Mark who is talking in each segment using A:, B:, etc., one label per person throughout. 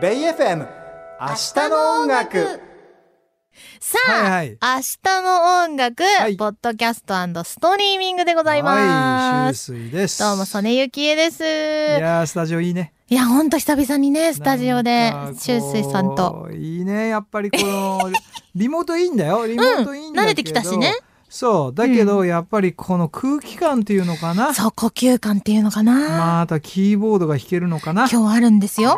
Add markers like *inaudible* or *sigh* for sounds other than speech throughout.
A: ベイ FM 明日の音楽
B: さあ、
C: はい
B: 明日の音楽、
C: い
B: ポッドキャストストリーミングでござい
C: はい、
B: ま
C: 秋
B: す。
C: 水です。
B: どうも、曽根ゆきえです。
C: いやー、スタジオいいね。
B: いや、ほんと久々にね、スタジオで
C: なん、か
B: しゅうすいさんと。
C: こう。いいね、やっぱりこの、リモートいいんだよ。リモートいいんだ
B: う
C: けど、
B: ん慣れてきたしね。
C: そう、だけど、やっぱりこの空気感っていうのかな。
B: そう、呼吸感っていうのかな、
C: またキーボードが弾けるのかな。
B: 今日あるんですよ。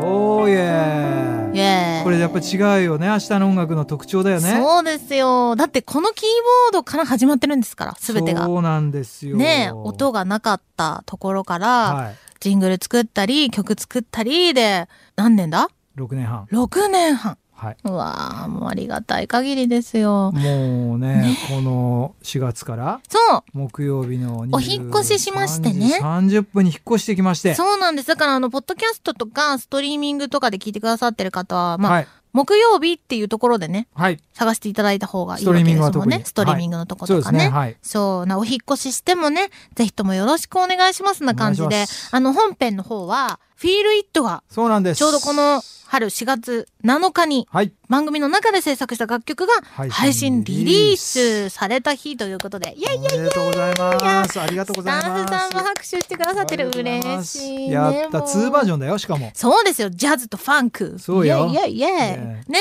C: おーイエ
B: イ
C: ーイ
B: エーイ
C: これやっぱ違うよね。明日の音楽の特徴だよね。
B: そうですよ。だってこのキーボードから始まってるんですから、すべてが。
C: そうなんですよ。
B: ねえ音がなかったところから、
C: はい。
B: ジングル作ったり、曲作ったりで、何年だ
C: 6年半。
B: ?6 年半。
C: はい。
B: うわあ、もうありがたい限りですよ。
C: もうね、この4月から
B: そ
C: 木曜日の
B: お引っ越ししましてね
C: 3時30分に引っ越してきまして
B: う。。そうなんです。だから、あの、ポッドキャストとか、ストリーミングとかで聞いてくださってる方は、まあ、
C: はい。
B: 木曜日っていうところでね、
C: はい。
B: 探していただいた方がいいわけですもんね。ス
C: ス
B: トリ
C: トリ
B: ー
C: ー
B: ミ
C: ミ
B: ン
C: ン
B: グのとこ
C: そう
B: と
C: で
B: か
C: す
B: ね。
C: ね。はい。
B: そうなお引っ越ししてもねぜひともよろしくお願いしますな感じ
C: お願
B: で
C: いします
B: あの本編の方は「フィールイットが
C: そうなんです。
B: ちょうどこの春4月7日に
C: はい。
B: 番組の中で制作した楽曲が
C: はい
B: 配信リリースされた日ということでイエイ
C: おめでとうございます。ありがとうご
B: ス
C: ざ
B: タ
C: います。
B: ッフさんも拍手してくださってる
C: ありがとうござい
B: 嬉
C: ます
B: しいね
C: やった、
B: もう
C: 2バージョンだよ、しかも。
B: そうですよジャズとファンク
C: そうよ
B: イエイイエイイエイ
C: ね
B: ね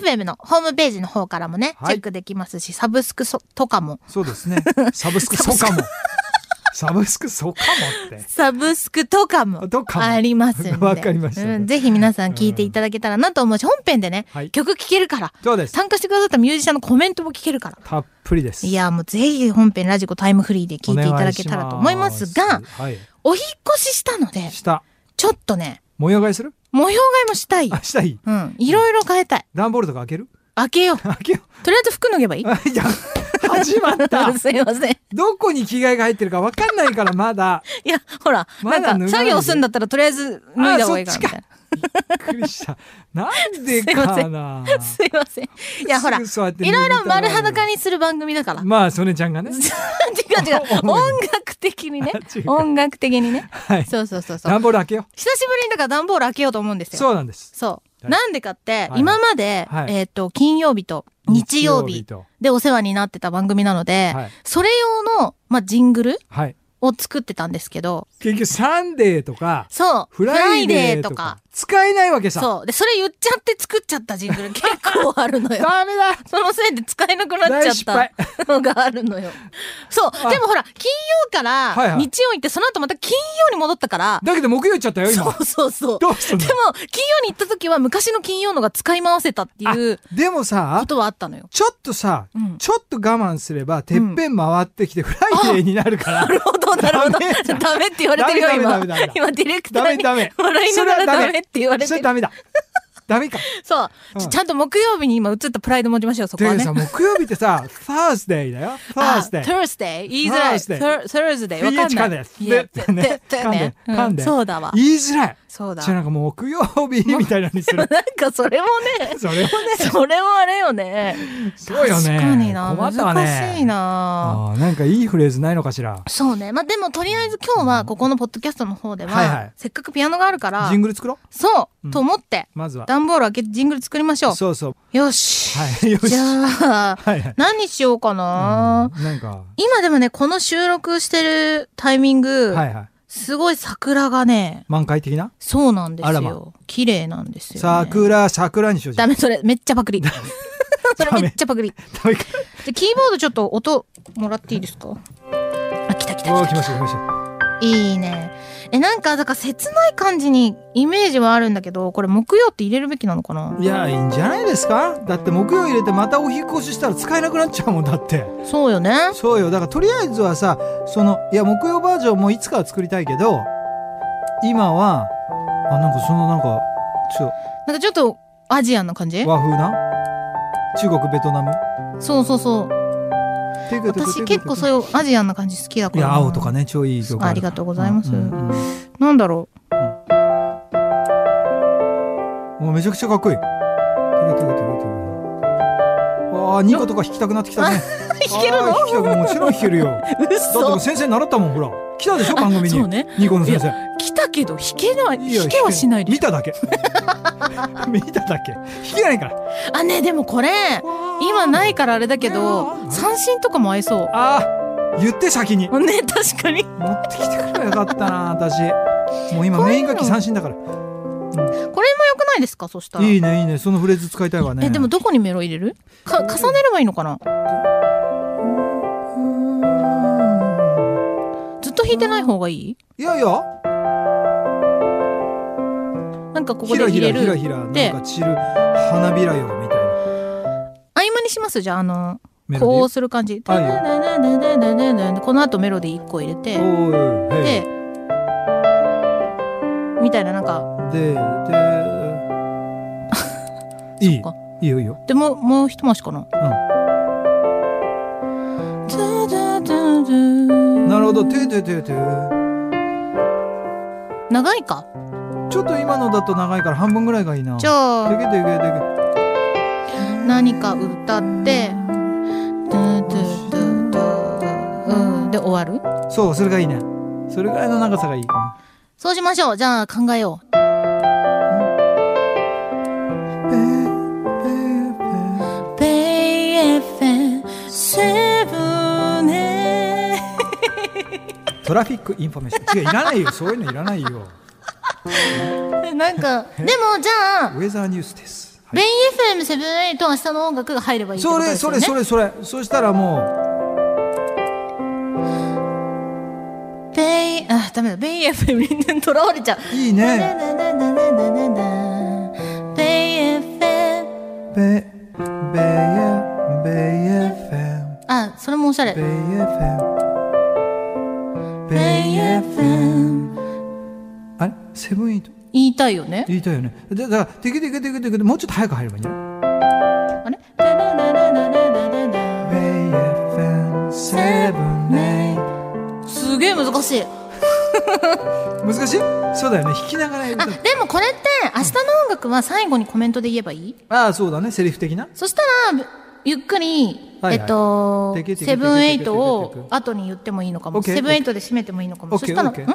B: BFM のホームページの方からもね、
C: はい
B: チェックできますしサブスクそとかも
C: そうですね。サブスク、そうかも。サブスク、そうかもって。
B: サブスクとかも
C: とかも
B: ありますんで。
C: *laughs* わかりました
B: うんぜひ皆さん聞いていただけたらなと思うし、本編でね、
C: はい
B: 曲聴けるから、
C: そうです。
B: 参加してくださったミュージシャンのコメントも聞けるから。
C: たっぷりです。
B: いや、もうぜひ本編ラジコタイムフリーで聞いていただけたらと思います
C: お
B: が
C: 願い、しはい。
B: お引っ越ししたので、
C: 下、
B: ちょっとね、
C: 模様替えする
B: 模様替えもしたい。
C: あ、したい。
B: うん。いろいろ変えたい。
C: 段ボールとか開ける
B: 開けよう。
C: 開けよ。
B: とりあえず服脱げ *laughs* ばいいう
C: あいや、始
B: *laughs*
C: まった。
B: すいません。い
C: どこに着替えが入ってるかわかんないから、まだ。
B: や、ほら、
C: ま
B: な
C: だ
B: んか
C: 脱がないで
B: 作業するんだったらとりあえず脱いだ方がいいからみたいな。
C: びっくりした。なんでかな。
B: すいません。いや、ほら、い
C: すぐ座って脱ぎた
B: ろいろ丸裸
C: に。
B: にする番組だから。
C: まあ、ソネちゃんがね。
B: *laughs* 違う違う
C: 思
B: 音
C: う
B: 楽的にね
C: 違うか
B: 音楽的にね
C: はい。
B: そうそうそうそう
C: 段ボール開けよ
B: 久しぶりにだから段ボール開けようと思うんです
C: う。
B: よ
C: そうなんです。
B: そう
C: はい
B: なんでかって
C: はい
B: 今まで
C: はい
B: えっと金曜日と日曜日
C: と。
B: でお世話になってた番組なので
C: はい。
B: それ用のまあジングル
C: はい。
B: を作ってたんですけど
C: 結局、サンデーとか、
B: そう
C: フライデーとか、使えないわけさ。
B: そうでそれ言っちゃって作っちゃったジングル結構あるのよ
C: ダメだ
B: そのせいで使えなくなっちゃ
C: 大
B: っ
C: 失
B: た
C: 敗。
B: のがあるのよそう
C: あ
B: でもほら金曜か
C: はい
B: ら
C: はい
B: 日曜行ってその後また金曜に戻ったから
C: だけど、木曜行っちゃったよ、今。
B: そうそうそう。で
C: ど
B: も、
C: うした
B: 金
C: の
B: 曜に行った時は昔の金曜のが使い回せたっていう
C: でも
B: こ
C: さ、
B: とはあったのよ。
C: ちょっとさ、
B: うん。
C: ちょっと我慢すれば、てっぺん回ってきて、フライデーになるから
B: *laughs* な。るほど、なるほど。ダメって言われてるよ、
C: ダメ
B: 今
C: ダメダメダ。メ
B: 今、ディレクタ
C: ダ
B: ー
C: メ
B: に
C: ダメ。
B: 笑いながら
C: それは
B: ダメって言われて
C: それ
B: る。 *laughs*
C: ダメだ。ダメか。
B: そう
C: う。ん
B: ちちゃんと木曜日に今映ったプライド持ちましょう、そこは
C: て
B: ね
C: かさ、。木曜日ってさ、ファースデーだよ。ファースデー。
B: Thursday? 言いづらい。
C: Thursday
B: Thursday? わかんない。
C: TH 噛んで
B: いや
C: ね
B: ててね
C: 噛んで
B: うん
C: 噛んで
B: そうだわ。
C: 言いづらい。
B: そうだ
C: じゃ。あなんかもう木曜日みたいなのにす
B: なん
C: る。
B: かそれもね、
C: *laughs* それはね、
B: それもあれよね。
C: そうよね。
B: 確かにな。
C: 困ったわね。
B: 難しいな。
C: あー。なんかいいフレーズないのかしら。
B: そうね。まあ、でも、とりあえず今日は、ここのポッドキャストの方では、
C: はいはい
B: せっかくピアノがあるから
C: ジ、ングル作ろ
B: そうう、
C: ん
B: と思って、
C: う。まずは。
B: 段ボール開けてジングル作りましょ
C: そうそう。
B: う。よし。
C: はい。よし。
B: じ
C: は
B: ゃあ、
C: いはい。
B: 何にしようかな。
C: うんなんか。
B: 今でもね、この収録してるタイミング、
C: はいはい。
B: すごい桜がね、
C: 満開的な
B: そうなんです
C: あら
B: よ
C: ま。綺
B: 麗なんですよ、ね。
C: 桜、桜にしようじ
B: ダ
C: ゃん。
B: メ、それ、めっちゃ
C: *laughs*
B: パクリ。それめっちゃパクリ。
C: ダメか。
B: で、キーボードちょっと音もらっていいですかあ、来た来た来た
C: *laughs* おー、来ました来ました。
B: いいね。え、なんか、だから切ない感じにイメージはあるんだけど、これ木曜って入れるべきなのかない
C: や、いいんじゃないですかだって木曜入れてまたお引っ越ししたら使えなくなっちゃうもんだって。
B: そうよね。
C: そうよ。だからとりあえずはさ、その、いや、木曜バージョンもいつかは作りたいけど、今は、あ、なんかそのなんか、ちょっ
B: なんかちょっとアジアンな感じ
C: と和風な中国、ベトナム
B: そうそうそう。私結構そういうアジアンな感じ好きだか
C: い
B: らな。
C: や、青とかね、超いいと
B: あ。
C: か。
B: ありがとうございます。
C: うんうんうん
B: なんだろう。
C: もうめちゃくちゃかっこいい。てけてけてけてけああ、ニコとか弾きたくなってきたね。
B: *laughs* 弾けるの
C: あーきたもちろん弾けるよだっても
B: 嘘
C: う先生習ったもんほら来たでしょ番組
B: そう
C: に、
B: ね
C: ニコの先生
B: 来たけど弾けない
C: いや
B: 弾けはしないで
C: 見
B: しょ
C: ただけ *laughs* 見ただけ弾けないから
B: あねでもこれ今ないからあれだけど三振とかも合いそ
C: あー言って先に
B: うね確かに
C: 持ってきてくればよかったな私もう今
B: こう
C: メ
B: い
C: イ
B: う
C: ン
B: の
C: 楽器三振だから
B: これも良くないですかそしたら
C: いいねいいねそのフレーズ使いたいわね
B: えでもどこにメロ入れるか重ねればいいのかなずっと弾いてない方がいい
C: いやいや
B: なんかここ
C: ひ
B: で
C: らひ
B: 入れ
C: ら
B: る
C: ひらひらなん
B: で
C: か散る花びらよみたいな
B: 合間にしますじゃああの
C: メロデ
B: こ
C: ィ
B: うする感じ
C: あいいよ
B: この後メロディー1個入れて
C: ーおーいへい
B: でみたいななんか *laughs*
C: ででいい
B: そっか
C: いいよいいよ
B: でももう一回しかな、
C: なるほどてててて
B: 長いか
C: ちょっと今のだと長いから半分ぐらいがいいな
B: じゃあ
C: てけてけて
B: 何か歌って、ドゥドゥドゥドゥうん、で終わる
C: けそうそれがいいねそれぐらいの長さがいいかな
B: そうしましょう。じゃあ考えよう。
C: トラフィックインフォメーション違ういらないよそういうのいらないよ
B: *laughs* なんか、でもじゃあ、
C: ウェザーニュースです、は
B: ベ
C: い
B: イ FM セブンエイト明日の音楽が入ればいいってこ
C: そ
B: とで
C: れ
B: す
C: そ
B: よ
C: れ
B: ね。
C: それそれそしたらも
B: ベイ、あ、ダメだ。ベイ FM にとらわれちゃう。
C: ういいね
B: ベイ FM。
C: ベベエベエフェン
B: あ、それもおしゃれ。
C: ベエフェンベエフェンあれセブンイート
B: 言いたいよね。
C: 言いたいよねでだからテケテケテケテケもうちょっと早く入ればいいんじゃない
B: あれダダダダダダダダ
C: ベエフェンセブンエイト
B: すげえ難しい。
C: 難しいそうだよね弾きながらやる
B: あ、でもこれって、明日の音楽は最後にコメントで言えばいい
C: ああそうだねセリフ的な
B: そしたら、ゆっくり、
C: はいはい
B: えっと
C: テケ、テケ
B: セブンエイト
C: テケテケテ
B: を
C: ケテケ
B: 後に言ってもいいのか
C: オ
B: も。
C: ッケー
B: セブンエイトで締めてもいいのかも。
C: オッ
B: そ
C: ケー
B: したら、
C: オ
B: ん
C: ッケー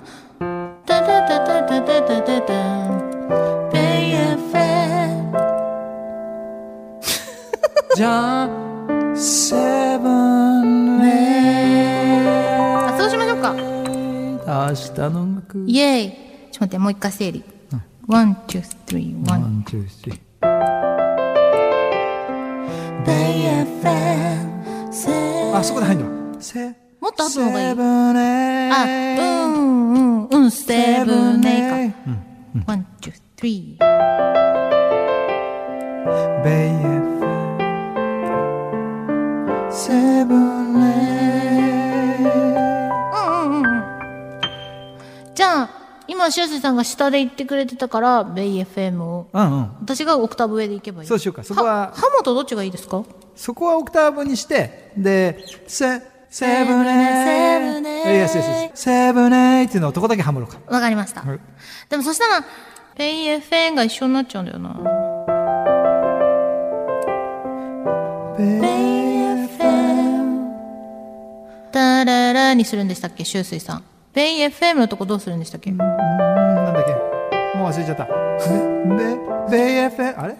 B: タタタタタタタタタベイエフェ
C: じゃあセブンエイ
B: あ、そうしましょうか。
C: ト明日の音楽
B: イエーイ。ちょっと待って、もう一回整理。ワン、ツー、スリー、ワン。
C: ン、ツー、スリー。
B: ベイエフェセ
C: あ、そこで入るの。せ。
B: もっと後の方がいい
C: セブンエイ
B: あ、うんうんうん、セブンエイ
C: イト。うん。
B: か。ワン、ツー、スリー。
C: ベイエフェセブンエイ
B: うんうんうんうん。じゃあ、今、しゅうせいさんが下で言ってくれてたから、ベイ FM を。
C: ト。うんうん。
B: 私がオクターブ上で行けばいい。
C: そうしようか。そこは、
B: ハモとどっちがいいですか
C: そこはオクターブにして、で、セ、セブ
B: セ
C: ン
B: ブン
C: エイ
B: エイ
C: いや、そうそうそうセブンエイっていうのを男だけハモろうか。
B: わかりました。
C: はい
B: でもそしたら、ベイ FM が一緒になっちゃうんだよな。
C: ベイ
B: FM。タララにするんでしたっけ、しゅうすいさん。ベイ FM のとこどうするんでしたっけ、
C: なんだっけもう忘れちゃった。
B: *laughs*
C: ベ、ベイエフェあれ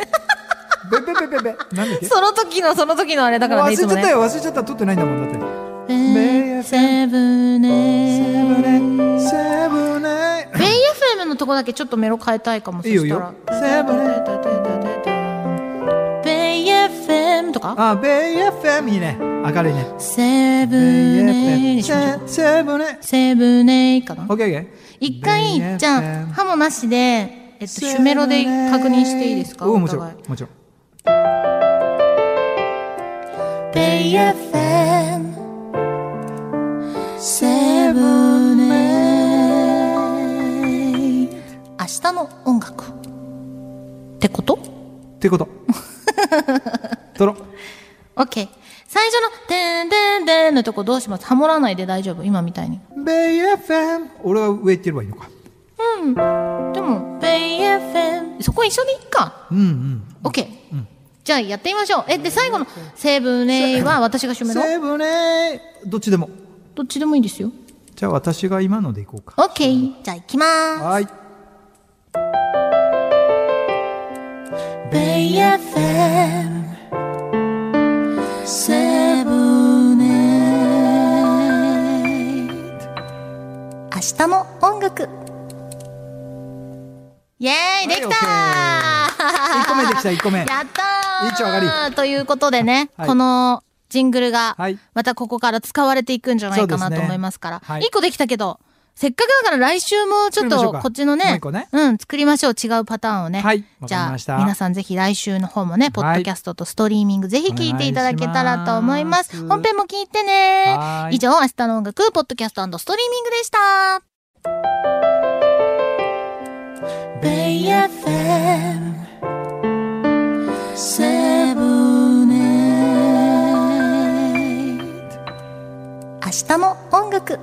C: ベベベベベ。なんだっけ
B: その時のその時のあれだからね、
C: 忘れ
B: い
C: ちゃ
B: つ
C: っ
B: も
C: た
B: ね。
C: よ忘れちゃった撮ってないんだもんだって
B: ベイ FM ね。
C: セブンエ
B: ベイ FM のとこだけちょっとメロ変えたいかも
C: いいよ
B: そしたら
C: いいよセブ
B: ベイ FM とか
C: あベイ FM いいね明るいね
B: セブ
C: ベイ
B: ンエイに
C: FM
B: しましょ
C: セ
B: う
C: セブンエ
B: セブンエイかな
C: オッケーオッケー
B: 一回
C: FM
B: じゃあハモなしでえっと主メロで確認していいですか
C: うん
B: お
C: もちろ
B: 互い
C: んもちろん
B: ベイ FM セブンエイ明日の音楽ってこと
C: っ
B: *laughs*
C: てこと撮ろう
B: オッケー。最初の、でんでんでんのとこどうしますハモらないで大丈夫今みたいに。
C: ベイ FM 俺は上行ってればいいのか
B: でも、ベイ FM。そこ一緒でいいか。
C: うんうん
B: オッケー。じゃあやってみましょうえで最後の「セブネイ」は私が締めろ
C: セーブねーどっちでも
B: どっちでもいいですよ
C: じゃあ私が今のでいこうか
B: OK じゃあ行きます
C: はい
B: ベイ FM セブンエイ明日の音楽イエーイできたー、
C: 1個目できた1個目
B: やったー
C: いい調上が
B: ということでね、
C: はい
B: このジングルが
C: はい、
B: またここから使われていくんじゃないか
C: そう
B: な
C: です
B: と
C: ね
B: 思いますから。一
C: はい
B: 個できたけど、せっかくだから来週もちょっ
C: 作りましょ
B: と
C: うか
B: こっちの
C: もう
B: ね
C: 一個ね
B: うん、作りましょう。違うパターンをね。
C: はい
B: じゃ
C: わかり
B: あ
C: ました
B: 皆さんぜひ来週の方もね、ポッドキャストとストリーミングぜひ聞いていただけたらと思います。
C: お願いします
B: 本編も聞いてね。
C: はーい
B: 以上、明日の音楽、ポッドキャストストリーミングでした。ベイ FM セブンエイ明日の音楽